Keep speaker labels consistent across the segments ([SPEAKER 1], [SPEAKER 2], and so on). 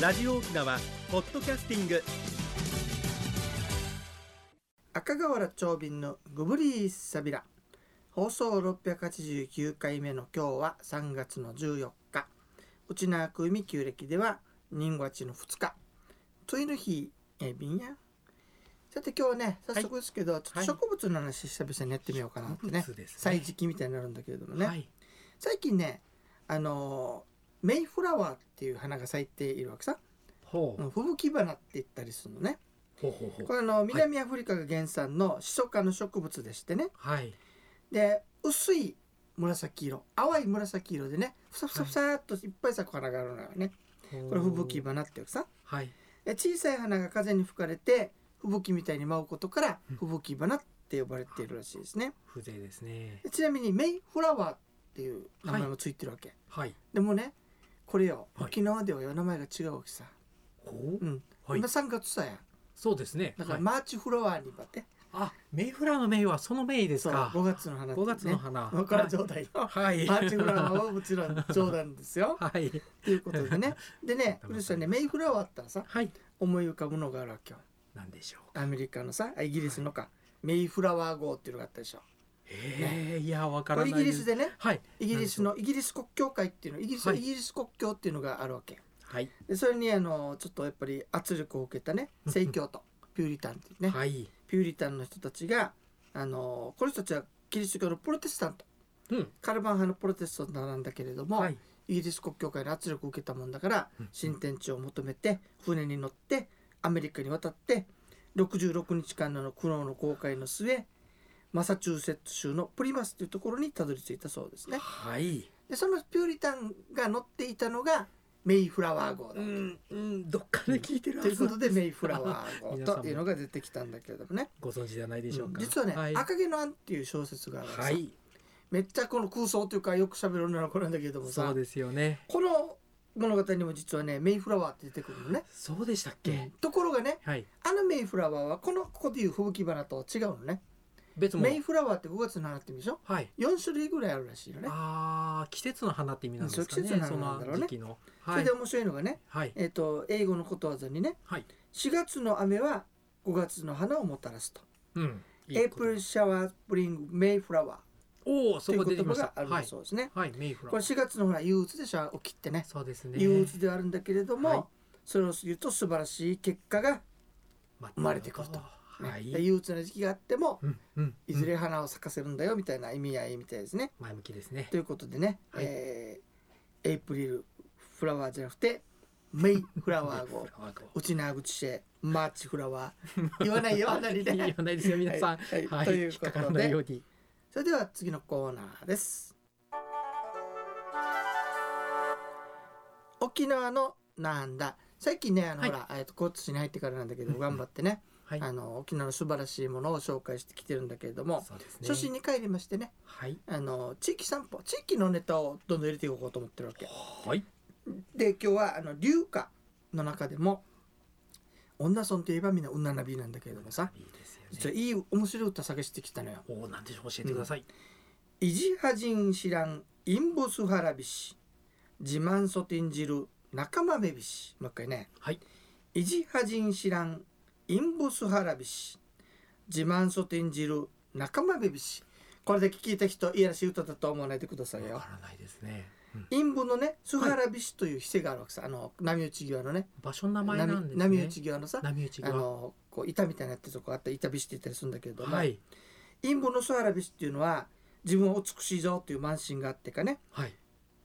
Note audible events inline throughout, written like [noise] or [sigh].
[SPEAKER 1] ラジオ沖縄ポッドキャスティング
[SPEAKER 2] 赤瓦長瓶のグブリーサビラ放送689回目の今日は3月の14日内縄久海旧暦では人月の2日ついの日え便やさて今日はね早速ですけど、ちょっと植物の話久々にやってみようかなってね
[SPEAKER 1] 植物ですね
[SPEAKER 2] 歳時期みたいになるんだけれどもね、
[SPEAKER 1] はい
[SPEAKER 2] 最近ねあのーメイフラワーっていう花が咲いているわけさ
[SPEAKER 1] ほう
[SPEAKER 2] うん吹雪花って言ったりするのね
[SPEAKER 1] ほうほう
[SPEAKER 2] これあの南アフリカが原産のシソ科の植物でしてね
[SPEAKER 1] はい
[SPEAKER 2] で薄い紫色淡い紫色でねふさふさふさっといっぱい咲く花があるのよね、これ吹雪花っていうさ
[SPEAKER 1] はい
[SPEAKER 2] で小さい花が風に吹かれて吹雪みたいに舞うことから
[SPEAKER 1] うん
[SPEAKER 2] 吹雪花って呼ばれているらしいですね
[SPEAKER 1] 風情ですね
[SPEAKER 2] でちなみにメイフラワーっていう名前もついてるわけ、
[SPEAKER 1] はい
[SPEAKER 2] でもねこれよ
[SPEAKER 1] はい
[SPEAKER 2] 沖縄ではよ名前が違うわけさ、
[SPEAKER 1] ほ
[SPEAKER 2] うん、
[SPEAKER 1] うはい
[SPEAKER 2] 今3月さやん
[SPEAKER 1] そうですね
[SPEAKER 2] だから
[SPEAKER 1] はい
[SPEAKER 2] マーチフラワーにばって、
[SPEAKER 1] あメイフラーのメイはそのメイです
[SPEAKER 2] そう
[SPEAKER 1] か
[SPEAKER 2] 5月の花って
[SPEAKER 1] 五
[SPEAKER 2] ね
[SPEAKER 1] 月の花
[SPEAKER 2] [laughs] これは
[SPEAKER 1] [laughs]
[SPEAKER 2] 冗談よ
[SPEAKER 1] はい
[SPEAKER 2] マーチフラワーはもちろん冗談ですよ
[SPEAKER 1] はい
[SPEAKER 2] ということ
[SPEAKER 1] [laughs]
[SPEAKER 2] でねでね
[SPEAKER 1] 騙されました
[SPEAKER 2] 古田さんねメイフラワーあったらさ
[SPEAKER 1] はい
[SPEAKER 2] 思い浮かぶのがあるわけよ
[SPEAKER 1] なんでしょう
[SPEAKER 2] アメリカのさあイギリスのか、メイフラワー号っていうのがあったでしょ
[SPEAKER 1] えーいやわか
[SPEAKER 2] こ
[SPEAKER 1] ら
[SPEAKER 2] れ
[SPEAKER 1] な
[SPEAKER 2] イ
[SPEAKER 1] い
[SPEAKER 2] ギリスでね
[SPEAKER 1] はい
[SPEAKER 2] イギリスのイギリス国教会っていうのイギリス、
[SPEAKER 1] はい
[SPEAKER 2] イギリス国教っていうのがあるわけ
[SPEAKER 1] はい
[SPEAKER 2] でそれにあのちょっとやっぱり圧力を受けたね
[SPEAKER 1] うん
[SPEAKER 2] 正教徒ピューリタンっていうね、
[SPEAKER 1] はい
[SPEAKER 2] ピューリタンの人たちがあのこの人たちはキリスト教のプロテスタント
[SPEAKER 1] うん
[SPEAKER 2] カルバン派のプロテスタントなんだけれども、
[SPEAKER 1] はい
[SPEAKER 2] イギリス国教会の圧力を受けたもんだから
[SPEAKER 1] うん
[SPEAKER 2] 新天地を求めて船に乗ってアメリカに渡って66日間の苦悩の航海の末マサチューセッツ州のプリマスというところにたどり着いたそうですね
[SPEAKER 1] はい
[SPEAKER 2] でそのピューリタンが乗っていたのがメイフラワー号だ
[SPEAKER 1] う、んうんどっかで聞いてるは
[SPEAKER 2] と
[SPEAKER 1] ず
[SPEAKER 2] いうことでメイフラワー
[SPEAKER 1] 皆
[SPEAKER 2] 号
[SPEAKER 1] [laughs] さんも
[SPEAKER 2] というのが出てきたんだけれどもね
[SPEAKER 1] ご存知じゃないでしょうか、
[SPEAKER 2] うん実はね「
[SPEAKER 1] はい、
[SPEAKER 2] 赤毛のアン」っていう小説があるんですよ
[SPEAKER 1] はい、
[SPEAKER 2] めっちゃこの空想というかよく喋る女の子なんだけれども
[SPEAKER 1] そ
[SPEAKER 2] さ
[SPEAKER 1] うですよね
[SPEAKER 2] この物語にも実はねメイフラワーって出てくるのね
[SPEAKER 1] そうでしたっけ、
[SPEAKER 2] ところがね
[SPEAKER 1] はい
[SPEAKER 2] あのメイフラワーはこのここでいう吹雪花とは違うのね
[SPEAKER 1] 別も
[SPEAKER 2] メイフラワーって5月の花って意味でしょ
[SPEAKER 1] はい
[SPEAKER 2] 4種類ぐらいあるらしいよね、
[SPEAKER 1] ああ季節の花って意味なんですか
[SPEAKER 2] そう
[SPEAKER 1] ね
[SPEAKER 2] 季節の
[SPEAKER 1] そ
[SPEAKER 2] 花な
[SPEAKER 1] の
[SPEAKER 2] んだろうね
[SPEAKER 1] 時期の
[SPEAKER 2] そ
[SPEAKER 1] は
[SPEAKER 2] れ
[SPEAKER 1] い
[SPEAKER 2] で面白いのがね、
[SPEAKER 1] はい
[SPEAKER 2] えっと英語のことわざにね
[SPEAKER 1] はい
[SPEAKER 2] 4月の雨は5月の花をもたらすと
[SPEAKER 1] うんい
[SPEAKER 2] エ
[SPEAKER 1] い
[SPEAKER 2] イ
[SPEAKER 1] こと
[SPEAKER 2] プルシャワーブリングメイフラワ
[SPEAKER 1] おお
[SPEAKER 2] ー
[SPEAKER 1] そ
[SPEAKER 2] とい
[SPEAKER 1] こ
[SPEAKER 2] う
[SPEAKER 1] 出て
[SPEAKER 2] 言
[SPEAKER 1] き
[SPEAKER 2] 葉
[SPEAKER 1] ました
[SPEAKER 2] がある
[SPEAKER 1] はい
[SPEAKER 2] そうですね、
[SPEAKER 1] はいメイフラ
[SPEAKER 2] これ
[SPEAKER 1] ワー
[SPEAKER 2] 4月のほら憂鬱でしょ起きってね
[SPEAKER 1] そうですね
[SPEAKER 2] 憂鬱ではあるんだけれども、
[SPEAKER 1] はい
[SPEAKER 2] それを言うと素晴らしい結果が、
[SPEAKER 1] 生
[SPEAKER 2] 生まれてくると
[SPEAKER 1] はい、
[SPEAKER 2] 憂鬱な時期があっても
[SPEAKER 1] うんうん
[SPEAKER 2] いずれ花を咲かせるんだよみたいな意味合いみたいですね。
[SPEAKER 1] 前向きですね
[SPEAKER 2] ということでね、
[SPEAKER 1] はい
[SPEAKER 2] えーエイプリルフラワーじゃなくてメイフラワー号
[SPEAKER 1] メイフラワー号
[SPEAKER 2] うちなぐちシェマーチフラワー言わないよあんまりね。
[SPEAKER 1] 言わないですよ皆さん
[SPEAKER 2] はいはい
[SPEAKER 1] はい、
[SPEAKER 2] とい
[SPEAKER 1] 引
[SPEAKER 2] う
[SPEAKER 1] っ
[SPEAKER 2] こ
[SPEAKER 1] かから
[SPEAKER 2] と
[SPEAKER 1] ないよ
[SPEAKER 2] で
[SPEAKER 1] うに
[SPEAKER 2] それでは次のコーナーです。沖縄のなんだ最近ねあの、
[SPEAKER 1] はい
[SPEAKER 2] ほらえっと交通に入ってからなんだけど頑張ってね、
[SPEAKER 1] はい
[SPEAKER 2] あの沖縄の素晴らしいものを紹介してきてるんだけれども、
[SPEAKER 1] そうですね
[SPEAKER 2] 初心に帰りましてね
[SPEAKER 1] はい
[SPEAKER 2] あの地域散歩地域のネタをどんどん入れていこうと思ってるわけ
[SPEAKER 1] はい
[SPEAKER 2] で今日はあの流歌の中でも女村といえばみんな女ナビなんだけれどもさ
[SPEAKER 1] いいですよね
[SPEAKER 2] 実はいい面白い歌探してきたのよ
[SPEAKER 1] おおなんでしょう教えてください、
[SPEAKER 2] 「イジハジンシランインボスハラビシ自慢ソティンジル仲間めびし」もう一回ね
[SPEAKER 1] はい
[SPEAKER 2] 「イジハジンシランインボスハラビシ自慢ソティンジル仲間めびし」これだけ聞いた人いやらしい歌だと思わないでください
[SPEAKER 1] わ
[SPEAKER 2] よ
[SPEAKER 1] からないですね、うん
[SPEAKER 2] 陰部のね須原ビシという姿勢があるわけさ、あの波打ち際のね
[SPEAKER 1] 場所の名前なんですね
[SPEAKER 2] 波波打ち際のさ
[SPEAKER 1] 波打ち
[SPEAKER 2] あ
[SPEAKER 1] 際
[SPEAKER 2] のこう板みたいになってるとこあった板ビシって言ったりするんだけれども、
[SPEAKER 1] はい
[SPEAKER 2] 陰部の須原ビシっていうのは自分は美しいぞという慢心があってかね
[SPEAKER 1] はい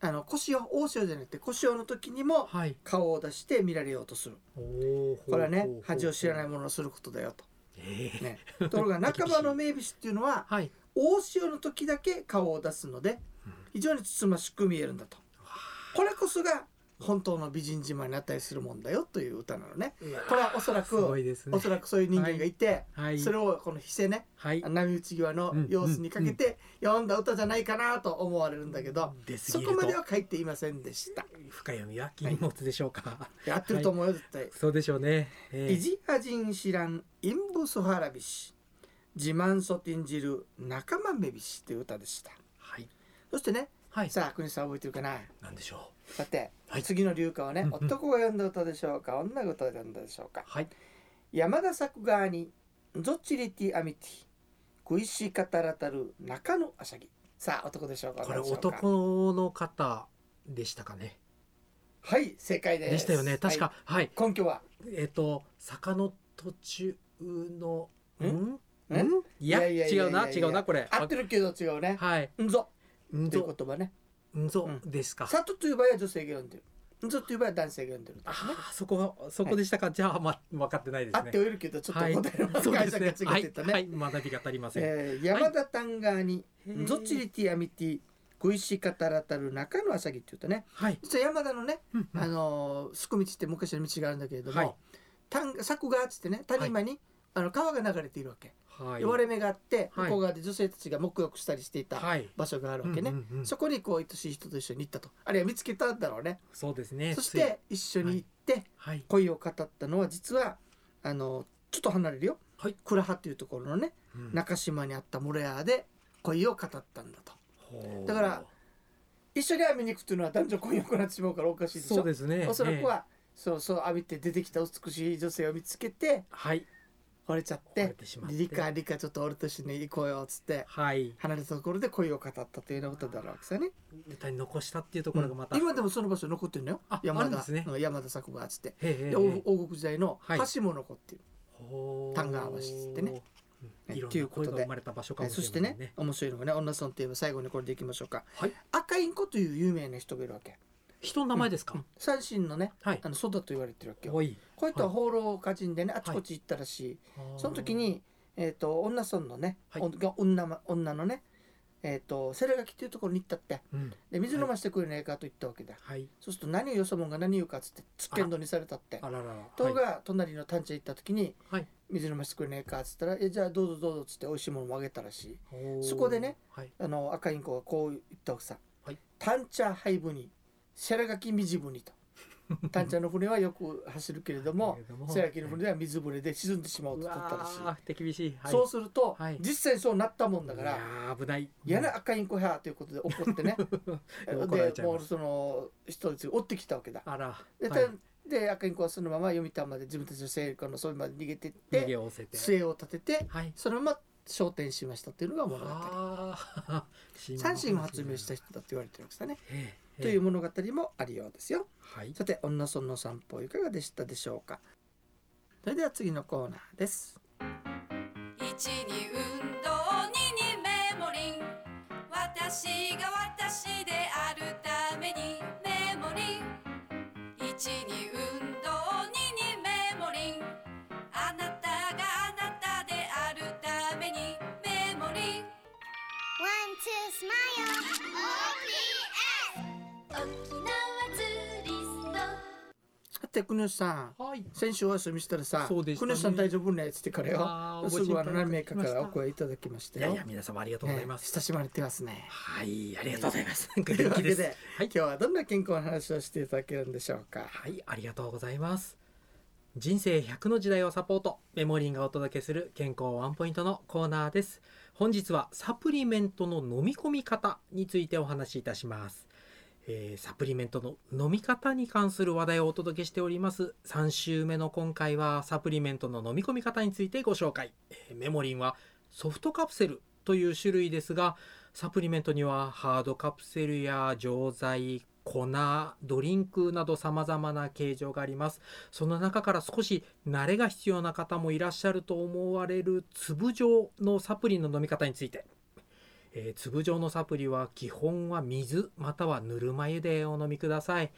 [SPEAKER 2] あの腰を大潮じゃなくて腰をの時にも
[SPEAKER 1] はい
[SPEAKER 2] 顔を出して見られようとする
[SPEAKER 1] お
[SPEAKER 2] これはね恥を知らないいものをすることだよと。
[SPEAKER 1] ええ [laughs]
[SPEAKER 2] ね、ところが仲間の名ビシっていうのは
[SPEAKER 1] はい
[SPEAKER 2] 大潮の時だけ顔を出すので
[SPEAKER 1] うん
[SPEAKER 2] 非常につつましく見えるんだとこれこそが本当の美人自慢に値するもんだよという歌なのねこれはおそら
[SPEAKER 1] す
[SPEAKER 2] く、
[SPEAKER 1] ごいですね
[SPEAKER 2] おそらくそういう人間がいて、
[SPEAKER 1] はい
[SPEAKER 2] それをこの「ひせね
[SPEAKER 1] はい
[SPEAKER 2] 波打ち際の様子にかけて読んだ歌じゃないかなと思われるんだけど、
[SPEAKER 1] 出過
[SPEAKER 2] そ
[SPEAKER 1] ぎ
[SPEAKER 2] こ
[SPEAKER 1] る
[SPEAKER 2] ま
[SPEAKER 1] と
[SPEAKER 2] では書いていませんでした
[SPEAKER 1] 深読みは禁物でしょうか、
[SPEAKER 2] やってると思うよ絶対
[SPEAKER 1] そうでしょうね、
[SPEAKER 2] 「
[SPEAKER 1] ええ
[SPEAKER 2] イジハジンシランインブソハラビシ自慢ソティンジル仲間めびし」という歌でした
[SPEAKER 1] はい
[SPEAKER 2] そしてね、
[SPEAKER 1] はい。
[SPEAKER 2] さあ国さん覚えてるかな
[SPEAKER 1] なんでしょ
[SPEAKER 2] さて、
[SPEAKER 1] はい
[SPEAKER 2] 次の流歌はね
[SPEAKER 1] うんうん
[SPEAKER 2] 男が読んだ歌でしょうか女が歌で読んだでしょう
[SPEAKER 1] う
[SPEAKER 2] か。
[SPEAKER 1] はい。
[SPEAKER 2] 山田作側にゾッチリティアミティ食いし語らたる中野あしゃぎさあ男でしょうか
[SPEAKER 1] これ
[SPEAKER 2] 女でしょうか
[SPEAKER 1] 男の方でしたかね。
[SPEAKER 2] はい正解です
[SPEAKER 1] でしたよね。確
[SPEAKER 2] は
[SPEAKER 1] か。はい。
[SPEAKER 2] い根拠は
[SPEAKER 1] えっと坂の途中の。
[SPEAKER 2] ん
[SPEAKER 1] ん？
[SPEAKER 2] ん
[SPEAKER 1] ん？いや
[SPEAKER 2] いやいやいや
[SPEAKER 1] 違う
[SPEAKER 2] いや
[SPEAKER 1] ない違
[SPEAKER 2] や
[SPEAKER 1] うなこれ。
[SPEAKER 2] 合ってるけど違うね
[SPEAKER 1] はい。
[SPEAKER 2] んぞ
[SPEAKER 1] ん
[SPEAKER 2] という
[SPEAKER 1] ぞ
[SPEAKER 2] 言葉ね
[SPEAKER 1] んぞ
[SPEAKER 2] うん
[SPEAKER 1] ですか。
[SPEAKER 2] 里という場合は女性が読んでるんぞという場合は男性が読んでるんで
[SPEAKER 1] あ
[SPEAKER 2] すね
[SPEAKER 1] ーそこそこでしたか。じゃあま分かってないで
[SPEAKER 2] 合
[SPEAKER 1] す
[SPEAKER 2] っ
[SPEAKER 1] ね
[SPEAKER 2] て。はいるけどちょっと答えの
[SPEAKER 1] そうで
[SPEAKER 2] 解
[SPEAKER 1] す
[SPEAKER 2] 釈
[SPEAKER 1] ね。は
[SPEAKER 2] が違って
[SPEAKER 1] い
[SPEAKER 2] た
[SPEAKER 1] は
[SPEAKER 2] ね
[SPEAKER 1] い学びが足りません。
[SPEAKER 2] えー山田丹側に
[SPEAKER 1] へー
[SPEAKER 2] ゾッチリティアミティ食いし語らたる中野あしゃぎっていうとね
[SPEAKER 1] はい。
[SPEAKER 2] 実は山田のね
[SPEAKER 1] うん
[SPEAKER 2] あのーすく道って昔の道があるんだけれども、
[SPEAKER 1] はい
[SPEAKER 2] 谷作川っつってね谷間に、あの川が流れているわけ、
[SPEAKER 1] はい。
[SPEAKER 2] で割れ目があって、
[SPEAKER 1] はい
[SPEAKER 2] 向こう側で女性たちが沐浴したりしていた
[SPEAKER 1] はい。
[SPEAKER 2] 場所があるわけね、
[SPEAKER 1] うんうんうん
[SPEAKER 2] そこにこう愛しい人と一緒に行ったとあるいは見つけたんだろうね
[SPEAKER 1] そうですね。
[SPEAKER 2] そして一緒に行って、
[SPEAKER 1] はい。
[SPEAKER 2] 恋を語ったのは実はあのちょっと離れるよ、
[SPEAKER 1] はい
[SPEAKER 2] 倉葉っていうところのね
[SPEAKER 1] うん
[SPEAKER 2] 中島にあった室屋で恋を語ったんだと
[SPEAKER 1] ほう
[SPEAKER 2] だから一緒に浴びに行くっていうのは男女婚約になってしまうからおかしいでしょ
[SPEAKER 1] そうですね。
[SPEAKER 2] おそらく
[SPEAKER 1] ね。
[SPEAKER 2] は、そうそう浴びて出てきた美しい女性を見つけて
[SPEAKER 1] はい。
[SPEAKER 2] 惚れちゃっ
[SPEAKER 1] 折れ
[SPEAKER 2] て
[SPEAKER 1] てし
[SPEAKER 2] 「
[SPEAKER 1] まって
[SPEAKER 2] リカリカちょっと俺と一緒に行こうよ」っつって
[SPEAKER 1] はい。
[SPEAKER 2] 離れたところで恋を語ったというようなことだろうわけですよね。
[SPEAKER 1] 歌に残したっていうところがまた。
[SPEAKER 2] うん今でもその場所に残ってるのよ
[SPEAKER 1] ああ
[SPEAKER 2] 山
[SPEAKER 1] るんで
[SPEAKER 2] 田
[SPEAKER 1] すね
[SPEAKER 2] うん山田作がっつって。
[SPEAKER 1] へえへえへ
[SPEAKER 2] で
[SPEAKER 1] え
[SPEAKER 2] 王王国時代の
[SPEAKER 1] はい
[SPEAKER 2] 橋も残ってる、
[SPEAKER 1] ほう
[SPEAKER 2] 丹賀合わせってね。
[SPEAKER 1] うんいろん
[SPEAKER 2] とい
[SPEAKER 1] な
[SPEAKER 2] うこ
[SPEAKER 1] 声
[SPEAKER 2] とで
[SPEAKER 1] が生まれた場所か
[SPEAKER 2] え
[SPEAKER 1] も
[SPEAKER 2] そ
[SPEAKER 1] し
[SPEAKER 2] し
[SPEAKER 1] れ
[SPEAKER 2] て
[SPEAKER 1] ませ
[SPEAKER 2] ね
[SPEAKER 1] んね。
[SPEAKER 2] 面白いのがね女村といえば最後にこれでいきましょうか
[SPEAKER 1] はい。
[SPEAKER 2] 赤インコという有名な人がいるわけ
[SPEAKER 1] 人の名前ですか。
[SPEAKER 2] 三神のね
[SPEAKER 1] はい
[SPEAKER 2] あ。の祖だと言われてるわけよ
[SPEAKER 1] 多い。
[SPEAKER 2] こういった放浪家人でねあちこち行ったらしい、その時に、えー、と女村のね、
[SPEAKER 1] はい
[SPEAKER 2] おが女ま女のね、えー、とセレガキというところに行ったって
[SPEAKER 1] あー。うん
[SPEAKER 2] で水飲ましてくれねえかと言ったわけだ、
[SPEAKER 1] はい。
[SPEAKER 2] そうすると何をよそもんが何言うかっつってつっけんどにされたって
[SPEAKER 1] あららら。
[SPEAKER 2] ところが隣の探知行った時に
[SPEAKER 1] はい。
[SPEAKER 2] 水飲ましてくれねえかっつったら「えじゃあどうぞどうぞ」っつって美味しいものもあげたらしい
[SPEAKER 1] ほう
[SPEAKER 2] そこでね。
[SPEAKER 1] はい。
[SPEAKER 2] あの赤インコがこう言ったわけさ
[SPEAKER 1] はい
[SPEAKER 2] 「タンチャーハイブにセレガキみじぶに」
[SPEAKER 1] [laughs]
[SPEAKER 2] と「タンチャーの船はよく走るけれども
[SPEAKER 1] だけども
[SPEAKER 2] セレガキの船は水ぶれで沈んでしまう」と言ったらしい。
[SPEAKER 1] うわー手厳しい。はい
[SPEAKER 2] そうすると、
[SPEAKER 1] はい
[SPEAKER 2] 実際そうなったもんだか
[SPEAKER 1] い
[SPEAKER 2] ら
[SPEAKER 1] やー危ない。
[SPEAKER 2] 嫌な赤インコやということで怒ってね
[SPEAKER 1] [laughs]
[SPEAKER 2] [laughs]
[SPEAKER 1] 怒られち
[SPEAKER 2] で
[SPEAKER 1] ゃい
[SPEAKER 2] も
[SPEAKER 1] ま
[SPEAKER 2] う
[SPEAKER 1] す。
[SPEAKER 2] その人たちが追ってきたわけだ。
[SPEAKER 1] あら。
[SPEAKER 2] で,、
[SPEAKER 1] はい
[SPEAKER 2] で赤インコはそのまま読谷まで自分たちの勢力のそばまで逃げてっ
[SPEAKER 1] 逃げ
[SPEAKER 2] て
[SPEAKER 1] をせて。
[SPEAKER 2] 杖を立てて
[SPEAKER 1] はい。
[SPEAKER 2] そのまま昇天しましたっていうのが物語。
[SPEAKER 1] あ [laughs] あ。
[SPEAKER 2] 三神を発明した人だって言われてるんですかね。
[SPEAKER 1] へえ。
[SPEAKER 2] と
[SPEAKER 1] へ
[SPEAKER 2] い
[SPEAKER 1] え
[SPEAKER 2] う。物語もありようですよ。
[SPEAKER 1] はい。
[SPEAKER 2] さて女村の散歩いかがでしたでしょうか。それでは次のコーナーです。
[SPEAKER 3] 一に運動二にメモリン私が私であるためにメモリン一に運動二にメモリンあなたがあなたであるためにメモリン
[SPEAKER 4] One, two, smile.
[SPEAKER 3] 沖縄ツ
[SPEAKER 4] OPS.
[SPEAKER 3] ーリスト
[SPEAKER 2] さて国吉さん。
[SPEAKER 1] はい。
[SPEAKER 2] 先週お休みしたらさ、
[SPEAKER 1] そうでしたね
[SPEAKER 2] 国吉さん大丈夫ねっつってから
[SPEAKER 1] あ
[SPEAKER 2] よ。
[SPEAKER 1] ー
[SPEAKER 2] すぐ
[SPEAKER 1] ご心
[SPEAKER 2] あの
[SPEAKER 1] 配
[SPEAKER 2] 何名かからお
[SPEAKER 1] おか
[SPEAKER 2] 声いただきました
[SPEAKER 1] い
[SPEAKER 2] よ。
[SPEAKER 1] やいや皆様ありがとうございま
[SPEAKER 2] ね
[SPEAKER 1] す。
[SPEAKER 2] 親しまれてますね。
[SPEAKER 1] はい、ありがとうございます。 [laughs] 元
[SPEAKER 2] というわ
[SPEAKER 1] 気で
[SPEAKER 2] け
[SPEAKER 1] す。
[SPEAKER 2] で、
[SPEAKER 1] はい
[SPEAKER 2] 今日はどんな健康の話をしていただけるんでしょうか。
[SPEAKER 1] はい、ありがとうございます。人生100の時代をサポート、メモリンがお届けする健康ワンポイントのコーナーです。本日はサプリメントの飲み込み方についてお話しいたします。えーサプリメントの飲み方に関する話題をお届けしております。3週目の今回はサプリメントの飲み込み方についてご紹介。えーメモリンはソフトカプセルという種類ですが、サプリメントにはハードカプセルや錠剤、粉、ドリンクなど様々な形状があります。その中から少し慣れが必要な方もいらっしゃると思われる粒状のサプリの飲み方について。えー粒状のサプリは基本は水またはぬるま湯でお飲みください。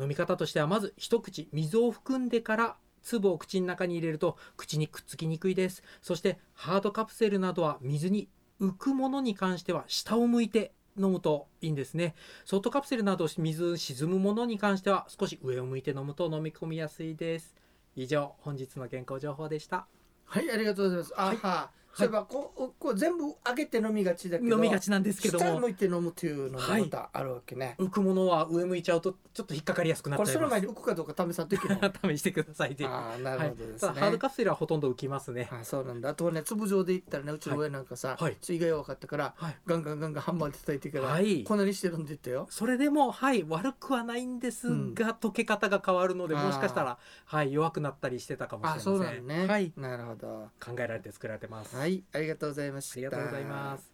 [SPEAKER 1] 飲み方としてはまず一口水を含んでから粒を口の中に入れると口にくっつきにくいです。そしてハードカプセルなどは水に浮くものに関しては下を向いて飲むといいんですね。ソフトカプセルなど水沈むものに関しては少し上を向いて飲むと飲み込みやすいです。以上、本日の健康情報でした。
[SPEAKER 2] はい、ありがとうございます。あは、そういえばこうこう全部上げて飲みがちだけど
[SPEAKER 1] 飲みがちなんですけど
[SPEAKER 2] 下を
[SPEAKER 1] も
[SPEAKER 2] 向いて飲むっていうのもまたあるわけね、
[SPEAKER 1] 浮くものは上向いちゃうとちょっと引っかかりやすくなっ
[SPEAKER 2] これ
[SPEAKER 1] ちゃ
[SPEAKER 2] そ
[SPEAKER 1] い
[SPEAKER 2] の
[SPEAKER 1] ま
[SPEAKER 2] 前
[SPEAKER 1] す
[SPEAKER 2] に浮くかどうか試さんといけない
[SPEAKER 1] 試してくださいぜひ
[SPEAKER 2] ああな
[SPEAKER 1] は
[SPEAKER 2] る
[SPEAKER 1] い
[SPEAKER 2] ほどです
[SPEAKER 1] た
[SPEAKER 2] ね、
[SPEAKER 1] だハードカプセルはほとんど浮きますね
[SPEAKER 2] あそうなんだあとね粒状でいったらねうちの親なんかさ、
[SPEAKER 1] はい
[SPEAKER 2] 水害が分かったから
[SPEAKER 1] はい
[SPEAKER 2] ガンガンガンガンハンマーで叩いてから、
[SPEAKER 1] はい
[SPEAKER 2] こんなにしてるんで言ったよ
[SPEAKER 1] それでもはい悪くはないんですが、
[SPEAKER 2] うん
[SPEAKER 1] 溶け方が変わるので
[SPEAKER 2] あー
[SPEAKER 1] もしかしたらはい弱くなったりしてたかもしれ
[SPEAKER 2] あ
[SPEAKER 1] ませ
[SPEAKER 2] そ
[SPEAKER 1] ん
[SPEAKER 2] うなんね、
[SPEAKER 1] はい
[SPEAKER 2] なるほど
[SPEAKER 1] 考えられて作られてます、
[SPEAKER 2] はいありがとうございました
[SPEAKER 1] ありがとうございます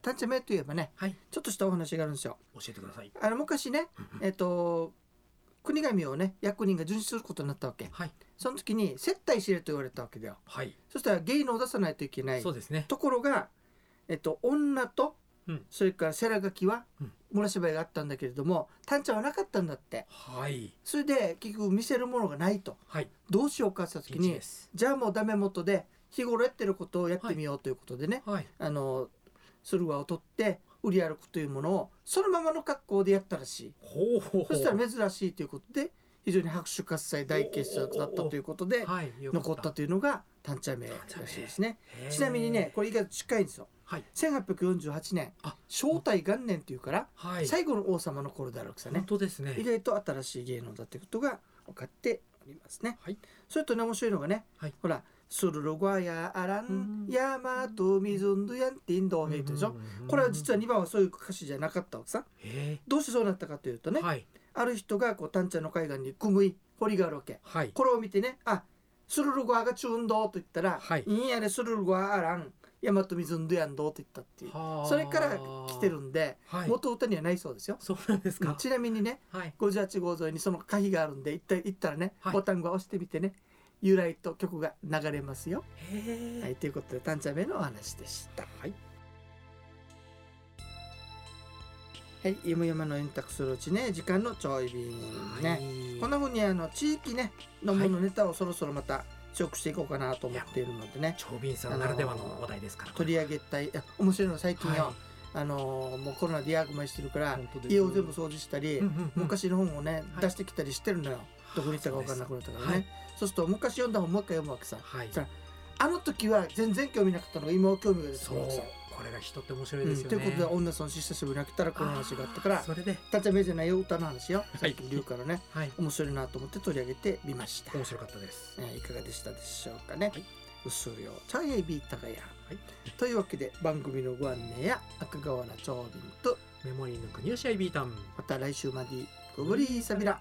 [SPEAKER 2] タッチメといえばね
[SPEAKER 1] はい
[SPEAKER 2] ちょっとしたお話があるんですよ
[SPEAKER 1] 教えてください
[SPEAKER 2] あの昔ねえっと国神をね役人が巡視することになったわけ
[SPEAKER 1] はい
[SPEAKER 2] その時に接待しれと言われたわけだよ
[SPEAKER 1] はい、
[SPEAKER 2] そしたら芸能を出さないといけない
[SPEAKER 1] そうですね
[SPEAKER 2] ところが、えっと、女と、
[SPEAKER 1] うん
[SPEAKER 2] それからセラガキは
[SPEAKER 1] うん
[SPEAKER 2] 村芝居があったんだけれどもタンちゃんはなかったんだって
[SPEAKER 1] はい
[SPEAKER 2] それで結局見せるものがないと
[SPEAKER 1] はい
[SPEAKER 2] どうしようかって言った
[SPEAKER 1] ピ
[SPEAKER 2] 時
[SPEAKER 1] ンチ
[SPEAKER 2] に
[SPEAKER 1] です
[SPEAKER 2] じゃあもうダメ元で日頃やってることをやってみようということでね、
[SPEAKER 1] はい
[SPEAKER 2] あの駿河を取って売り歩くというものをそのままの格好でやったらしい
[SPEAKER 1] ほうほうほう
[SPEAKER 2] そしたら珍しいということで非常に拍手喝采大傑作だったということで
[SPEAKER 1] はいよか
[SPEAKER 2] 残ったというのがタンチャ名らしいですね
[SPEAKER 1] へー
[SPEAKER 2] ちなみにねこれ意外と近いんですよ
[SPEAKER 1] はい
[SPEAKER 2] 1848年
[SPEAKER 1] あ
[SPEAKER 2] 正体元年っていうから、
[SPEAKER 1] はい
[SPEAKER 2] 最後の王様の頃であるわけさ
[SPEAKER 1] 本
[SPEAKER 2] ね
[SPEAKER 1] 当ですね
[SPEAKER 2] 意外と新しい芸能だってことが分かっておりますね、
[SPEAKER 1] はい
[SPEAKER 2] それとね面白いのがね、
[SPEAKER 1] はい
[SPEAKER 2] ほら「スルロゴアヤアラ
[SPEAKER 1] うん
[SPEAKER 2] ンヤマトミズンドヤンティンドヘイト」でしょ、これは実は2番はそういう歌詞じゃなかったわけさ
[SPEAKER 1] へ
[SPEAKER 2] どうしてそうなったかというと
[SPEAKER 1] え
[SPEAKER 2] ね、
[SPEAKER 1] はい
[SPEAKER 2] ある人がこうタンチャの海岸にくむい堀があるわけ
[SPEAKER 1] はい
[SPEAKER 2] これを見てね「あスルルゴアがチュンド」と言ったら「
[SPEAKER 1] はい
[SPEAKER 2] いんやねスルルゴアアランヤマトミズンドヤンド」と言ったっていう
[SPEAKER 1] はあ
[SPEAKER 2] それから来てるんで、
[SPEAKER 1] はい
[SPEAKER 2] 元歌にはないそうですよ。
[SPEAKER 1] そうなんですか
[SPEAKER 2] ちなみにね、
[SPEAKER 1] はい
[SPEAKER 2] 58号沿いにその歌碑があるんで、行った行ったらね、
[SPEAKER 1] はい
[SPEAKER 2] ボタンを押してみてね、由来と曲が流れますよ。
[SPEAKER 1] へ
[SPEAKER 2] はい、ということで、タンチャメのお話でした。
[SPEAKER 1] はい
[SPEAKER 2] はい、ゆむゆむの円卓するうちね、時間のちょい便ね。
[SPEAKER 1] ね
[SPEAKER 2] こんな風にあの地域ね、のものネタをそろそろまた強くしていこうかなと思っているのでね、
[SPEAKER 1] 長瓶さんならではの話題ですから
[SPEAKER 2] 取り上げたい、いや面白いの最近よ、
[SPEAKER 1] は
[SPEAKER 2] あのもうコロナでヤーグマしてるから
[SPEAKER 1] 本当です、ね
[SPEAKER 2] 家を全部掃除したり、
[SPEAKER 1] いうんうんうん
[SPEAKER 2] 昔の本をね、
[SPEAKER 1] はい
[SPEAKER 2] 出してきたりしてるのよどこに行ったか分からなくなったからね、そうすると昔読んだ本もう一回読むわけさ
[SPEAKER 1] はい
[SPEAKER 2] そあの時は全然興味なかったのが今は興味が出てく
[SPEAKER 1] そ
[SPEAKER 2] る
[SPEAKER 1] う
[SPEAKER 2] わけさ、
[SPEAKER 1] これが人って面白
[SPEAKER 2] う
[SPEAKER 1] い
[SPEAKER 2] ん
[SPEAKER 1] ですよ
[SPEAKER 2] と
[SPEAKER 1] ね
[SPEAKER 2] いうことで女さん久しぶりに来たらこの話があったから
[SPEAKER 1] それで
[SPEAKER 2] 「たちゃめじゃないよ歌の話よ」
[SPEAKER 1] い
[SPEAKER 2] さっきの龍からね
[SPEAKER 1] はい
[SPEAKER 2] 面白いなと思って取り上げてみました、
[SPEAKER 1] 面白かったです
[SPEAKER 2] えーいかがでしたでしょうかね、
[SPEAKER 1] はい
[SPEAKER 2] 薄いよチャイエビータガヤ
[SPEAKER 1] はい
[SPEAKER 2] というわけで番組のご案内や赤川原長瓶と
[SPEAKER 1] メモリーの国吉アイビータン
[SPEAKER 2] また来週までごぶりーさびら